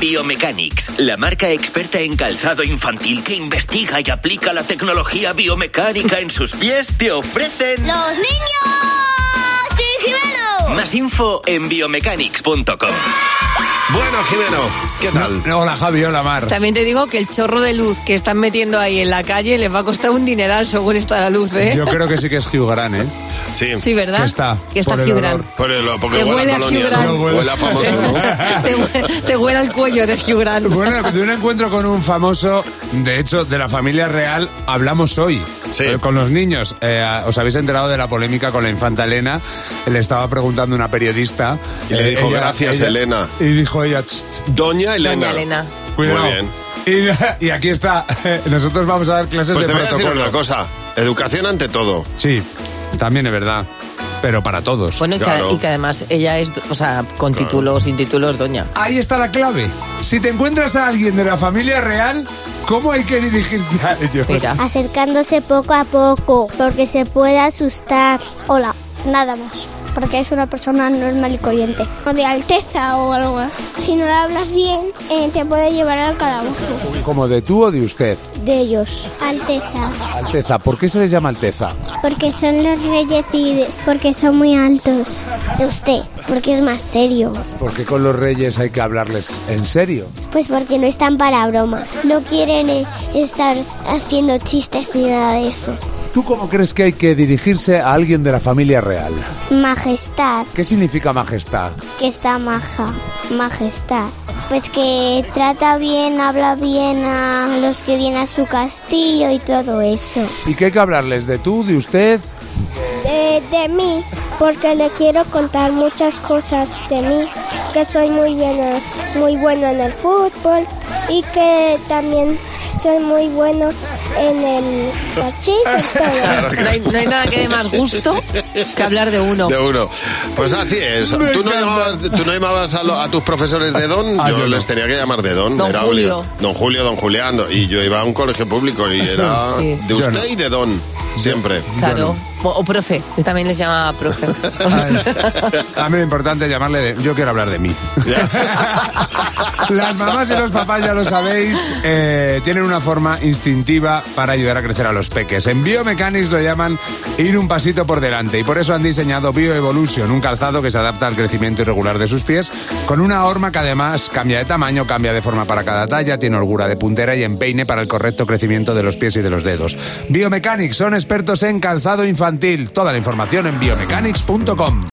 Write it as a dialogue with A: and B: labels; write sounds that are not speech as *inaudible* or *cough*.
A: Biomechanics, la marca experta en calzado infantil que investiga y aplica la tecnología biomecánica en sus pies, te ofrecen...
B: ¡Los niños! ¡Sigimelo!
A: Más info en biomechanics.com.
C: Bueno, Jimeno, ¿qué tal?
D: Hola Javi, hola Mar.
E: También te digo que el chorro de luz que están metiendo ahí en la calle les va a costar un dineral según está la luz, ¿eh?
D: Yo creo que sí que es Hugh Grant, ¿eh?
C: Sí.
E: Sí, ¿verdad?
D: Que está,
E: Que está
D: por el
E: Hugh
D: olor.
E: Grant.
C: Por el- porque
E: Te
C: huele
E: huele
C: a
E: a
C: colonia,
E: Hugh
C: ¿no?
D: Grant.
C: Huele a famoso, ¿no?
E: *laughs* te, hue- te huele al cuello de Hugh Grant.
D: Bueno, de un encuentro con un famoso, de hecho, de la familia real, hablamos hoy.
C: Sí.
D: Eh, Con los niños. Eh, ¿Os habéis enterado de la polémica con la infanta Elena? Le estaba preguntando una periodista.
C: Y le
D: Eh,
C: dijo, "Gracias, Elena".
D: Y dijo ella, "Tss,
C: Doña Elena.
E: Doña Elena.
D: cuidado.
C: Muy bien.
D: Y, *laughs* y aquí está. Nosotros vamos a dar clases
C: Pues te
D: de
C: voy a decir
D: protocolo.
C: una cosa. Educación ante todo.
D: Sí, también es verdad. Pero para todos.
E: Bueno, y, que-
C: Claro.
E: y que, además ella es, o sea, con títulos, sin títulos, doña.
D: Ahí está la clave. Si te encuentras a alguien de la familia real, ¿cómo hay que dirigirse a ellos?
E: Mira.
B: Acercándose poco a poco, porque se puede asustar. Hola, nada más. Porque es una persona normal y corriente. O de alteza o algo. Si no le hablas bien, eh, te puede llevar al calabozo.
D: Como de tú o de usted.
B: De ellos. Alteza.
D: Alteza, ¿por qué se les llama Alteza?
B: Porque son los reyes y porque son muy altos. De usted. Porque es más serio.
D: Porque con los reyes hay que hablarles en serio.
B: Pues porque no están para bromas. No quieren eh, estar haciendo chistes ni nada de eso.
D: ¿Tú cómo crees que hay que dirigirse a alguien de la familia real?
B: Majestad,
D: ¿Qué significa majestad?
B: que está maja. Majestad. Pues que trata bien, habla bien a los que vienen a su castillo y todo eso.
D: ¿Y qué hay que hablarles de tú, de usted?
B: De, de mí, porque le quiero contar muchas cosas de mí, que soy muy bien, muy bueno en el fútbol y que también soy muy bueno en el parchís y
E: *laughs*
B: todo.
E: No hay, no hay nada que dé más gusto que hablar de
C: *laughs*
E: uno.
C: De uno. Pues así es.
D: Me
C: ¿Tú no,
D: encanta.
C: llamabas, tú no llamabas a, lo- a tus profesores de Don?
D: Ah,
C: yo
D: yo no.
C: les tenía que llamar de Don.
E: Don
C: era
E: Julio.
C: obligado. Don Julio, Don Julián. do- Y yo iba a un colegio público y era
E: Sí.
C: de
D: Yo
C: usted
D: no.
C: y de Don. Siempre.
E: Claro. O, o profe, que también les llama profe.
D: También es importante llamarle de... Yo quiero hablar de mí.
C: Ya.
E: *laughs*
D: Las mamás y los papás, ya lo sabéis, eh, tienen una forma instintiva para ayudar a crecer a los peques. En Biomechanics lo llaman ir un pasito por delante y por eso han diseñado Bioevolution, un calzado que se adapta al crecimiento irregular de sus pies, con una horma que además cambia de tamaño, cambia de forma para cada talla, tiene holgura de puntera y empeine para el correcto crecimiento de los pies y de los dedos. Biomechanics son expertos en calzado infantil. Toda la información en biomechanics.com.